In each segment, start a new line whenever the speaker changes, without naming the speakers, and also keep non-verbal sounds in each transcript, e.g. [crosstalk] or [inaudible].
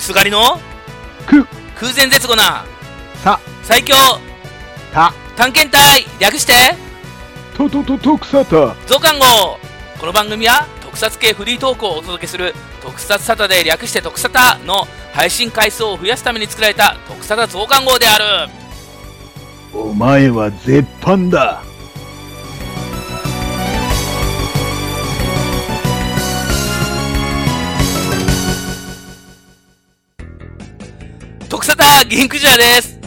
すがりの
く
空前絶後な
さ
最強
た
探検隊略して
ととととくさた
増刊号この番組は特撮系フリートークをお届けする特撮サタで略して特サタの配信回数を増やすために作られた特サタ増刊号である
お前は絶版だ
特サタ銀クジラです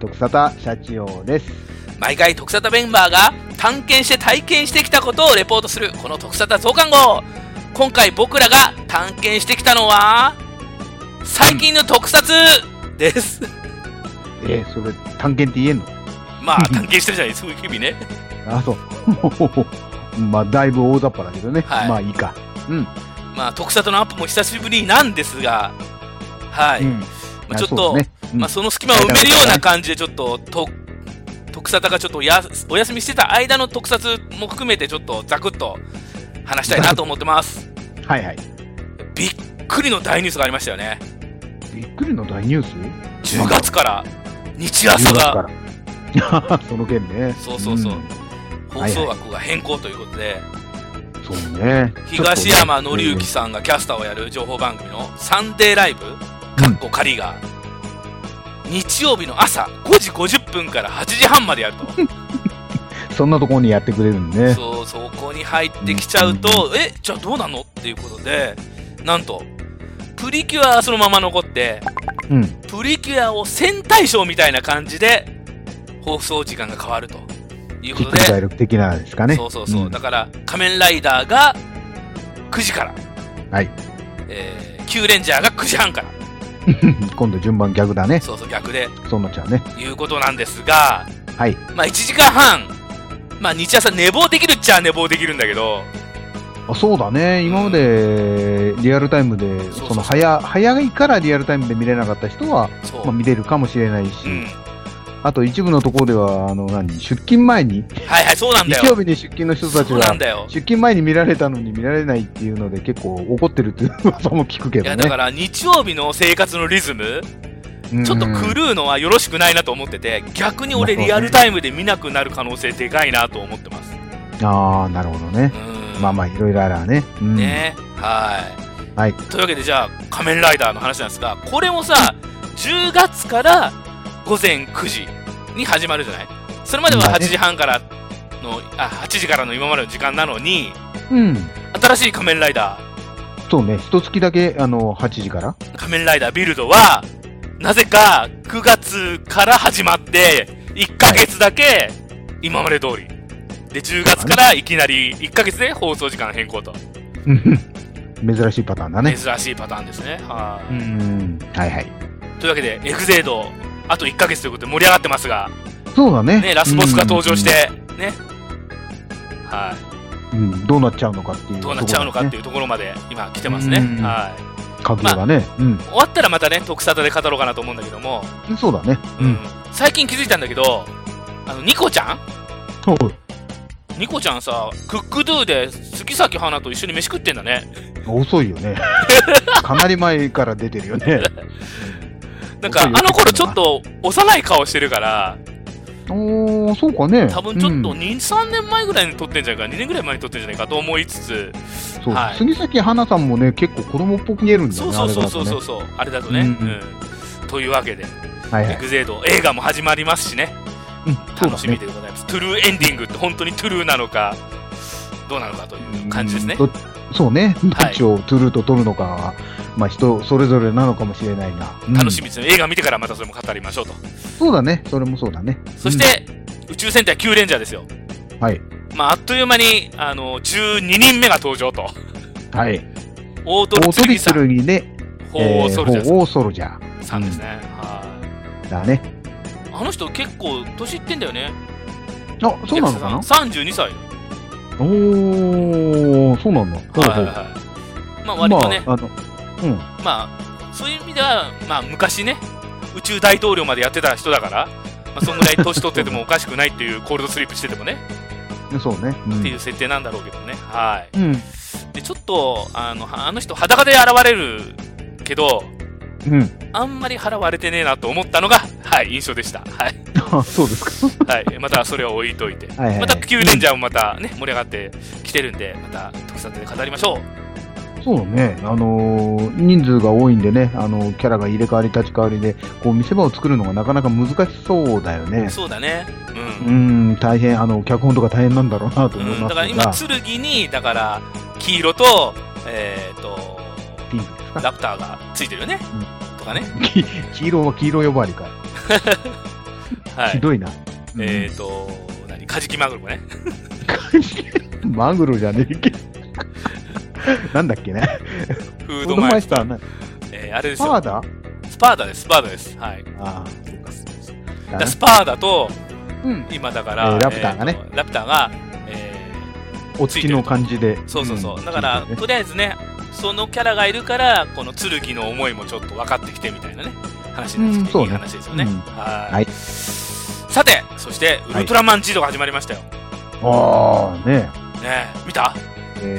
とくさた社長です
毎回特サタメンバーが探検して体験してきたことをレポートするこの特サタ増刊号今回僕らが探検してきたのは最近の特撮です
えー、それ探検って言えんの
[laughs] まあ探検してるじゃないですか日々ね
あそう [laughs] まあだいぶ大雑把だけどね、
はい
まあいいかうん、
まあ特撮のアップも久しぶりなんですがはい、
うん
まあ、ちょっ
そ
と
うですねうん
まあ、その隙間を埋めるような感じでちょっとと特撮がちょっとやお休みしてた間の特撮も含めてちょっとザクッと話したいなと思って [laughs] ます
はいはい
びっくりの大ニュースがありましたよね
びっくりの大ニュース
10月から日朝が
10月から [laughs] その件ね
そうそうそうん放送枠が変更ということで
そうね
東山紀之
ち
さんがキャスターをやる情報番組の「サンデーライブ」かっこ仮が日曜日の朝5時50分から8時半までやると
ょっとねそんなところにやってくれるんでね
そうそこに入ってきちゃうと、えじゃあどうなのっていうことでなんとプリキュアはそのまま残って
うん
プリキュアを戦隊賞みたいな感じで放送時間が変わるとい
キ
うこ
ッ
と
ク
で
体力的なですかね
そうそうそう、
ん
だから仮面ライダーが9時から、
はい
えー、キューレンジャーが9時半から
今度順番逆だね
そうそう逆で
そうなっちゃうね
いうことなんですが
はい
まあ1時間半まあ日朝寝坊できるっちゃ寝坊できるんだけど
あそうだね今までリアルタイムで
そうそう
その早早いからリアルタイムで見れなかった人は、
そう、
まあ、見れるかもしれないし、
うん
あと一部のところではあの何出勤前に
はいはいそうなんだよ
日曜日に出勤の人たち
そうな
が
んだよ
出勤前に見られたのに見られないっていうので結構怒ってるっていう噂も聞くけ
い
ど
や
ね
だから日曜日の生活のリズム、ちょっと
うん
狂うのはよろしくないなと思ってて、逆に俺、
まあそうね
リアルタイムで見なくなる可能性でかいなと思ってます。
ああなるほどね
うん
まあまあいろいろあるわね,、うん、
ねはい、
はい
というわけで、じゃあ、仮面ライダーの話なんですが、これもさ、10月から午前9時に始まるじゃない、それまでは
まあ
8
ね
時半からの、あ8時からの今までの時間なのに、
うん
新しい仮面ライダ
そうね一月だけあの8時から
ー、仮面ライダービルドは、なぜか9月から始まって、1ヶ月だけ今まで通り。で、10月からいきなり1ヶ月で放送時間変更と。
うん [laughs] 珍しいパターンだね
珍しいパターンですね。はい
うんはいはい
というわけで、エグゼイド、あと1ヶ月ということで盛り上がってますが、
そうだね
ね、ラスボスが登場し、て、ね。は
うんうんどうなっちゃうのかっていう
い。
と
ど
こ
う
ろ
な
だ
っ
ね、
ちゃうのかっていうところまで今来てますね。
うん
はい。
覚悟だね、
終わったらまたね、特撮で語ろうかなと思うんだけども、
うんそうだね
うん。最近気づいたんだけど、あの、ニコちゃん
そう
ニコちゃんさ、クックドゥで杉咲花と一緒に飯食ってんだね。
遅いよ
[laughs]
ねかなり前から出てるよね
なんか、
遅
あ
いよ
の頃ちょっと幼い顔してるから、
おーそうかね
多分ちょっと
うん
2、3年前ぐらいに撮ってんじゃないか、2年ぐらい前に撮ってんじゃないかと思いつつ、
そう
はい
杉咲花さんもね結構子供っぽく見えるんだよ
そう
ね
そうそうそう
あれだ
そ
と
うそう、あれだとね。う
うん
ん。というわけで、
ねはいは
エ
い
グゼイド、映画も始まりますしね、
うんそう
楽
だ
しみ
ね
でございます。トゥルーエンディングって本当にトゥルーなのか、どうなのかという感じですね。
うんどそうねど
はい
っちをトゥルーと取るのかはまあ人それぞれなのかもしれないがうん
楽しみですね。映画見てからまたそれも語りましょうと。
そうだねそれもそうだね
そして、宇宙戦隊キューレンジャーですよ。
うんはい
まあ、あっという間に、あの、12人目が登場と。
はい
オート
大
ルツ
鳥
ギ
す
さん、
るにね
ホーソルジャー
大ソルジャー
さんですね。はい
だね
あの人結構年いってんだよね。
あそうなのかな
役者さん ?32 歳。
おおそうなんだほう
は
ほ
いうはい。まあ割
ま
とね、
ああのうん
まあ、そういう意味では、まあ、昔ね、宇宙大統領までやってた人だから、まあ、そんぐらい年取っててもおかしくないっていう、コールドスリープしててもね、
そうね。うん
っていう設定なんだろうけどね、は
うん。
い。で、ちょっと、あの、はあの人、裸で現れるけど、
うん。 [laughs]
あんまり払われてねえなと思ったのが、はい、印象でした。はい。
あそう
[laughs]
ですか。
はい、またそれは置いといて。
はいはいはい
また、キュウレンジャーもまたね、盛り上がってきてるんで、また特撮で語りましょう。
そうね。あのー人数が多いんでね、あのーキャラが入れ替わり立ち替わりで、こう見せ場を作るのがなかなか難しそうだよね。
そうだね。うん
う。ん、大変、あの、脚本とか大変なんだろうなと思い
うん、
ます
だか
が、
ら今、剣に、だから、黄色と、えっ、と、
ピンクですか [laughs]
ラプターがついてるよね。とかね。
き黄色は黄色呼ばわりか。
は
ひ
い。
どいな。
えっ、と、何カジキマグロもね。 [laughs]
うんマグロじゃねえけど。なんだっけね。
フー
フ
ドマイスター。
ーな
えーあれです
パ
よ
ー。ダ
スパーダです、スパーダです。はい。
ああ、そうか。
だからスパーダと、
うん。
今だから、
えーラプターがね
えとラプターが、え
お付きの感じで。
ーそうそうそう。
ん
だから、とりあえずね、そのキャラがいるから、この剣の思いもちょっと分かってきてみたいなね、話になってきて、
うんそうね
いい話ですよね。
うん
は
はい
さて、そして、ウルトラマンジードが始まりましたよ。
ああ、ね
ねえ見た、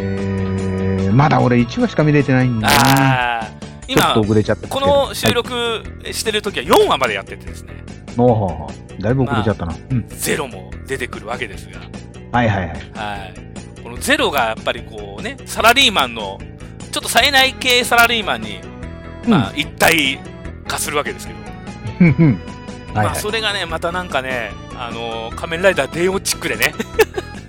えー、まだ俺1話しか見れてないんだな。
あ
ち
あ
ょっ
今
と、遅れちゃった
この収録してる時は4話までやっててですね、
の、はいだいぶ遅れちゃったな。うん。
ゼロも出てくるわけですが、
はいはいはい。
はい、このゼロがやっぱりこうね、サラリーマンの、ちょっと冴えない系サラリーマンに、まあ、一体化するわけですけど、
うんうん。はい
ま
は
あ、
い。
それがね、またなんかね、あのー仮面ライダーデイオチックでね、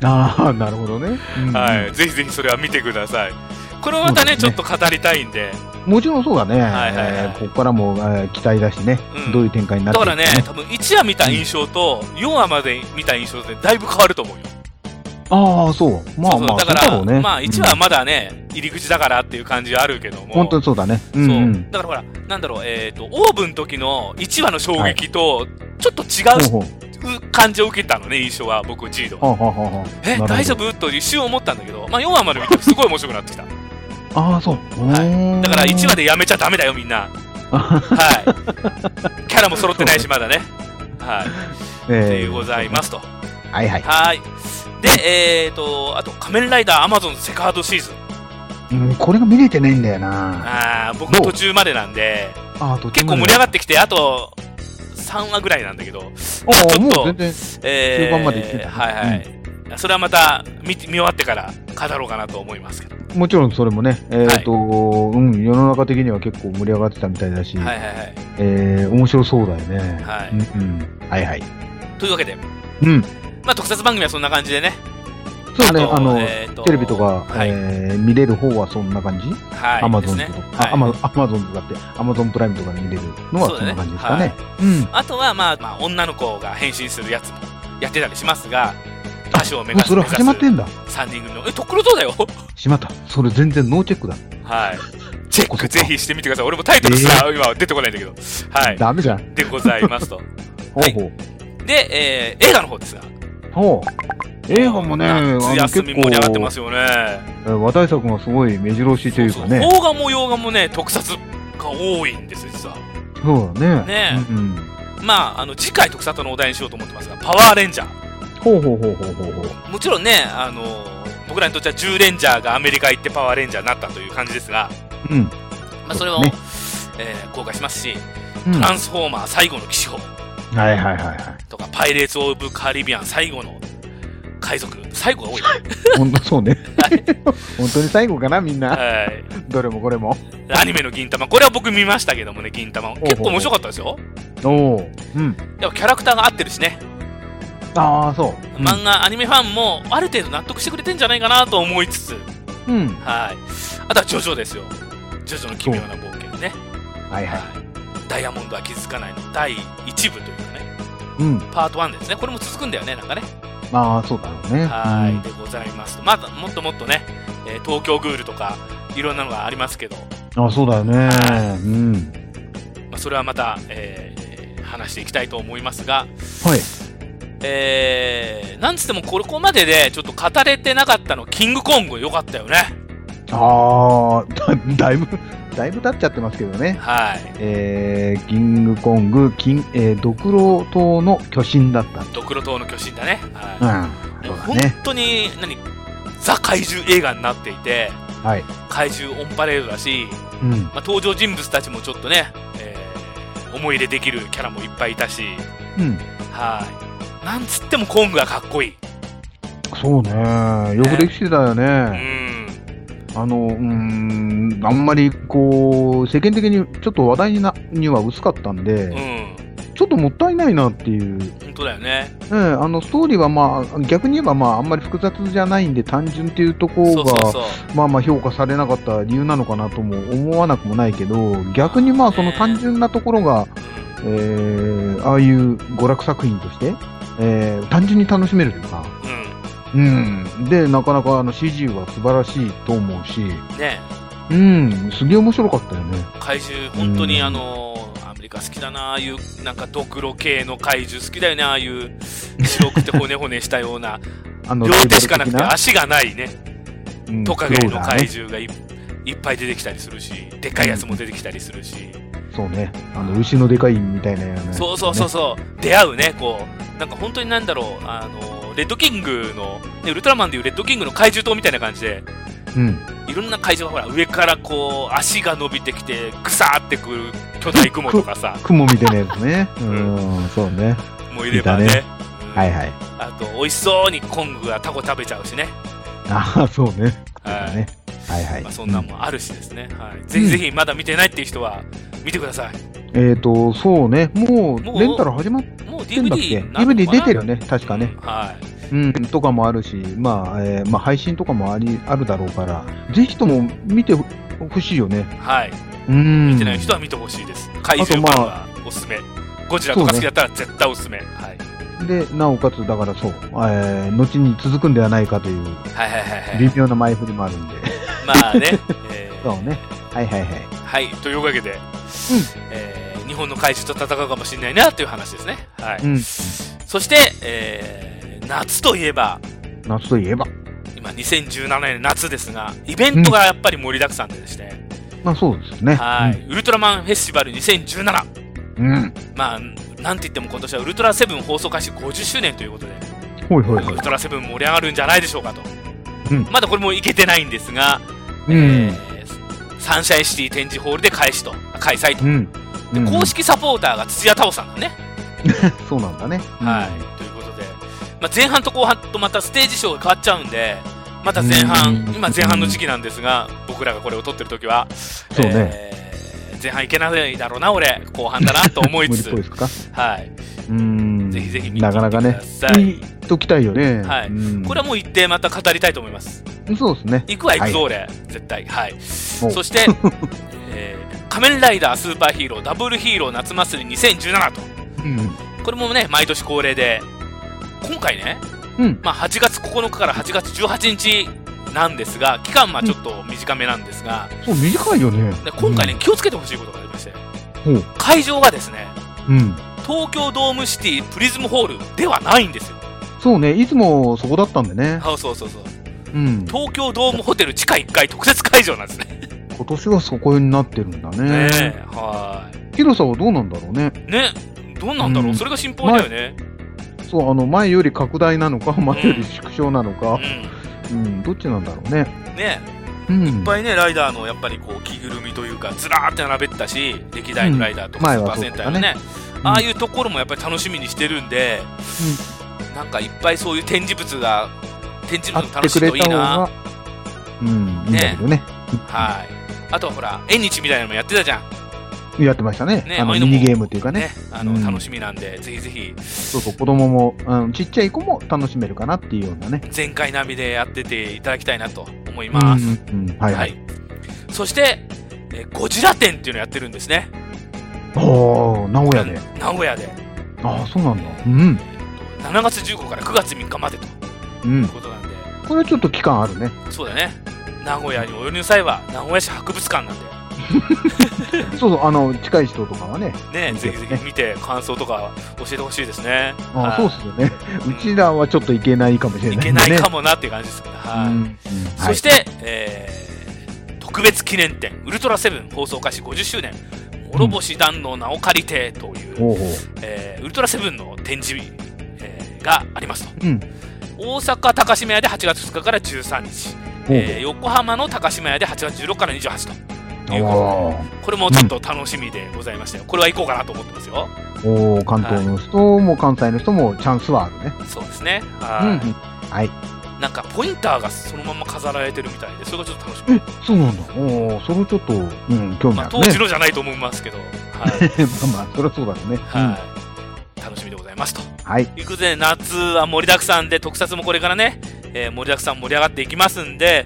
ああ、なるほどね。うん
はい、ぜひぜひそれは見てください。これをまたね、ち
そ
ょ
う
っ
で
と語りたいんで、
もちろんそうだね、
はいはいはい
えーここからも、えー期待だしね、
うん
どういう展開にな
だ
ってい
か
く
らね、多分1話見た印象と4話まで見た印象でだいぶ変わると思うよ。
ああ、そう、まあ
そうそ
ま
う
あ、
だ
そ
か
うだろ
ら、
うね、
まあ1話はまだね、入り口だからっていう感じはあるけど
うん
も、
本当にそうだね、うん、
そううんだからほら、なんだろう、えっ、と、オーブン時の1話の衝撃と、ちょっと違
ほうほう
う感じを受けたのね、印象は、僕、ジードは。
ほうほうほうほう
え、
なるほど
大丈夫と一瞬思ったんだけど、まあ4話まで見てすごい面白くなってきた。だ
ああ、そう、
いから1話
で、
でやめちゃダメだよ、みんな。はい。キャラも揃ってないし、まだね。はい。
え、
でございますすと。
はいはい、
はい。で、えっ、と、あと、仮面ライダーアマゾンセカードシーズン。
うん、これが見れてないんだよな、
あー僕の
ど
途
う
中までなんで、
ああ、
結構盛り上
が
がってきて、あと3話ぐらいなんだけど、
あ
ち
あ、
ょっ
もう
と
全然、
え
中盤まで行ってた
はいはい。それはまた見て見終わってから語ろうかなと思いますけど。
もちろんそれもね、えっ、と、うん、世の中的には結構盛り上がってたみたいだし、
はいはいはい。
えー、面白そうだよね、
はい
うんうん、はいはい、
というわけで、
うん、
まあ、特撮番組はそんな感じでね。
そうね、
と
あの、
えーと
テレビとか、
はい。
えー見れる方はそんな感じ、
はい。
アマゾン
です
と
ね
か、
はい
あアマアマゾンとかって、アマゾンプライムとかで見れるのは
そう
そ
だ
ん
ね
な感じですかね。
あとは、まあ、まあ、女の子が変身するやつもやってたりしますが、
あ
歌手を目
も
指
う
す
それ始まってんだ。
3人組の。え、ところどうだよ [laughs]
しまった。それ全然ノーチェックだ。
はい。チェッ
そっ
ク
か
ぜひしてみてください。俺もタイトルすら今出てこないんだけど。はい。
ダメじゃん。
でございますと。
ほ
はいうで、えー映画の方ですが。
ほう。ほう。映画もね、あの
夏休み盛り上がってますよね。
結構、話題作がすごい目白押しというか
そ
ね。
うそう邦画も洋画もね、特撮が多いんですよ、実は。
そうだね。
ね
うんうん。
まあ、あの、次回特撮のお題にしようと思ってますが、パワーレンジャー。
ほうほうほうほうほうほう。
もちろんね、あのー僕らにとっては10レンジャーがアメリカ行ってパワーレンジャーになったという感じですが、
うん。
まあ、それを、
ね
えー公開しますし、
うん
トラ
はい
ンスフォーマー最後の騎士法
はいはいは
とか、パイレーツ・オブ・カリビアン最後の海賊、最後が
[laughs]
多い。
い。本当そうね。本当に最後かな、みんな。
はい。
どれもこれも。
アニメの銀魂、これは僕見ましたけどもね、銀魂。結構面白かったですよ。
おお。うん。
やっぱキャラクターが合ってるしね、
ああ、そう。
漫画、アニメファンもある程度納得してくれてんじゃないかなと思いつつ、
うん。うん。
はい。あとはジョジョですよ。ジョジョの奇妙な冒険ね。
はいは
はい。ダイヤモンドは気づかないの第1部というかね、
い。うん。
パート1ですね。これも続くんだよね、なんかね。
まあ、そうだろうね。
は
うん
い。でございます。まだもっともっとね、えー東京グールとか、いろんなのがありますけど、
あ、そうだよね。うん。
まあ、それはまた、えー話していきたいと思いますが、
はい。
えー、なんつってもここまででちょっと語れてなかったの、キングコング良かったよね。
ああ、だだ [laughs] いぶ、だいぶ経っちゃってますけどね。
はい。
えー、キングコング、キン、えー、ドクロ島の巨神だった。
ドクロ島の巨神だね。はい。
うん。そう
も
うだ
本
ね。
当に何ザ怪獣映画になっていて
はい。
怪獣オンパレードだし
うん。
まあ、登場人物たちもちょっとね、えー思い入れできるキャラもいっぱいいたし
うん。
はいなんつってもコングがかっこいい
そうね。よくできてたよ
う
ね。
ん
あの、うーん、あんまりこう、世間的にちょっと話題になには薄かったんで、
うん
ちょっともったいないなっていう。
本当だよね
ええあの、ストーリーはまあ、逆に言えばまあ、あんまり複雑じゃないんで、単純っていうところ
そう
が、
そうそう
まあまあ評価されなかった理由なのかなとも思わなくもないけど、逆にまあその単純なところが、えー、ああいう娯楽作品として、えー、単純に楽しめるというか、
うん
うん。で、なかなかあの CG は素晴らしいと思うし、
ね
うん、すげえ面白かったよね。
怪獣本当に
うん
あのーアメリカ好きだなああいうなんかドクロ系の怪獣好きだよねああいう白くて骨骨したような
あ [laughs] の、
両手しかなくて足がないね
うん
トカゲ
そう
の
だね
怪獣がいいっぱい出てきたりするしでっかいやつも出てきたりするし、
そうね。あの、牛のでかいみたいなやつね。
そうそうそうそう、出会うねこうなんか本当になんだろうあのレッドキングの、ね、ウルトラマンでいうレッドキングの怪獣島みたいな感じで
うん。
いろんな怪獣がほら上からこう足が伸びてきてぐさーってくる巨大雲とかさ
雲みたいなやつね。うん、そうね。
もういればね
いたね
うん
はいはい。
あと美味しそうにコングがタコ食べちゃうしね
ああ、そうね。
はい、
ね。はいはい。
まあ、そんなんもあるしですね、はい、ぜひぜひまだ見てないっていう人は見てください
えっ、と、そうね、もう
もう
レンタル始まっ
もう
てんだっけ
DVD になるのかな
?DVD 出てるよね、確かね。
はい
うん、とかもあるし、まあ、えーまあ、配信とかもありあるだろうから、ぜひとも見てほしいよね。
はい、
うん。
見てない人は見てほしいです。怪獣版はおすすめ。ゴジラとか好きだったら絶対おすすめ。はい、
で、なおかつ、だからそう、えー後に続くんではないかという、
はいはいはいはい。
微妙な前振りもある
[laughs]
んで。
ま
[laughs]
あね、えー
そうね。はいはいはい。
はい、というわけで、えー日本の怪獣と戦うかもしれないなという話ですね。はい。
うん
そして、えー夏といえば、
夏といえば。
今2017年夏ですが、イベントがやっぱり盛りだくさんでして、
まあそうですね。
はい、ウルトラマンフェスティバル2017。
うん。うん。
まあ、なんて言っても今年はウルトラセブン放送開始50周年ということで、
ほいほい
ウ
ほい
ル。トラセブン盛り上がるんじゃないでしょうかと、
うん
まだこれもいけてないんですが、
う
え
ん。
ーサンシャインシティ展示ホールで開始と開催と、
うん。うん
で公式サポーターが土屋太鳳さんだね、
そうなん [laughs] だね。
はいということで、まあ、前半と後半とまたステージショーが変わっちゃうんでまた前半、
うん
今前半の時期なんですが僕らがこれを撮ってる時は
そうね。
えー前半いけないだろうな俺後半だなと思い
[laughs] 無理
つ
っ
つ
ぽいですか
はい
うん。
ぜひぜひ見て
なかなか
みて
ね
くだ。さい、
いときたいよね。
はい
うん
これはもう行ってまた語りたいと思います
そうですね。
行くは行くぞ、
は
俺絶対はい
お
そして
[laughs]
えー仮面ライダースーパーヒーローダブルヒーロー夏祭り2017」と
うん。
これもね毎年恒例で今回ね、
うん
まあ、8月9日から8月18日なんですが期間はちょっと短めなんですが、
そう、短いよね。
で今回ね、気をつけてほしいことがありまして会場がですね
うん。うん。
東京ドームシティプリズムホールではないんですよ
そうね、いつもそこだったんでね。
あそうそうそう
うん。
東京ドームホテル地下1階特設会場なんですね
今年はそこになってるんだ
ね
ね。
えは
広さはどうなんだろうね。
いねどうなんだろう、
うん
それが心配だよね、
そう、あの、前より拡大なのか、前より縮小なの
う
か、
ん
うん、どっちなんだろうね。
ね
うん。
いっぱいねライダーのやっぱりこう着ぐるみというかずらーって並べてたし歴代のライダーと
うん
かス
前
ーパ
は
ー
そう
戦
だった
隊
ね
のね、
うん
ああいうところもやっぱり楽しみにしてるんで、なんかいっぱいそういう展示物が展示
あ
物も
って
楽し
く
い
れ
といい
た方
な
が、うん、いいんだけどね。
はいあとはほら縁日みたいなのもやってたじゃん
やってましたね。
ね
あ
あ
の、
あいう
ミ
のも
ニゲームっていうかね。
ねあの、
うん
楽しみなんでぜひぜひ
そうそう、子供も、うん、ちっちゃい子も楽しめるかなっていうようなね。
全開並みでやってていただきたいなと思います、
うん、うんはい
は
はいい。
そしてえーゴジラ展っていうのやってるんですね
おー、名古屋で。
名古屋で
ああ、そうなんだ。うん。
7月15日から9月3日までという
うん。
ことなんで
これちょっと期間あるね。
そうだね名古屋にお寄りの際は名古屋市博物館なん
そうそう、あの、近い人とかはね。
でね
見て
ぜひ
ね
ぜひ見て感想とか教えてほしいですね
ああ、そう
は
っすよね。うちらはちょっと行けないかもし
い
れ
い
ない
け
んで
な
ね。
いかもなっていう感じですけど、はい
うん。うん
そして、、えー特別記念展「ウルトラセブン放送開始50周年諸星団の名を借りて」という、
はいほうほう。
えーウルトラセブンの展示、えーがありますと
うん。
大阪高島屋で8月2日から13日、
ほう
えー横浜の高島屋で8月16から28とという
お
こ
ー
とでこれもちょっと楽しみでございましたよこれは行こうかなと思ってますよ
おー関東の人も関西の人もチャンスはあるね。
そうですね
うんう
は
ん。はい。
いなんかポインターがそのまま飾られてるみたいでそれがちょっと楽しみ
え、そうなんだ。おーそれちょっと、うん、興味
まあ
ある
当
ね。
時のじゃないと思いますけどはい、
[laughs] まあまあ、そりゃそうだろうね。うん
はい、楽しみでございますと
はい。
いくぜ夏は盛りだくさんで特撮もこれからね、えー盛りだくさん盛り上がっていきますんで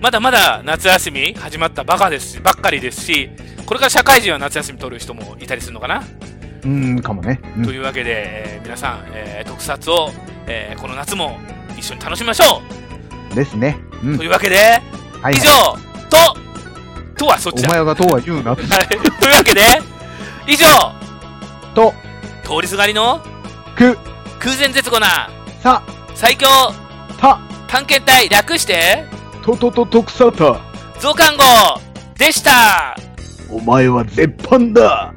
まだまだ夏休み始まったばかですしばっかりですしこれから社会人は夏休み取る人もいたりするのかな、
うん、かもね。うん
というわけで、えー皆さん、えー特撮を、えーこの夏も一緒に楽しみましょ
ですね。う。
うんというわけで
は
以
い
上ととはそっ
お
ちだは
前がとは言うな。
いというわけで以上
と、
通りすがりの
く、
空前絶後な
さ、
最強
た、
探検隊略して
ととととくさた。
増刊号でした
お前は絶版だ。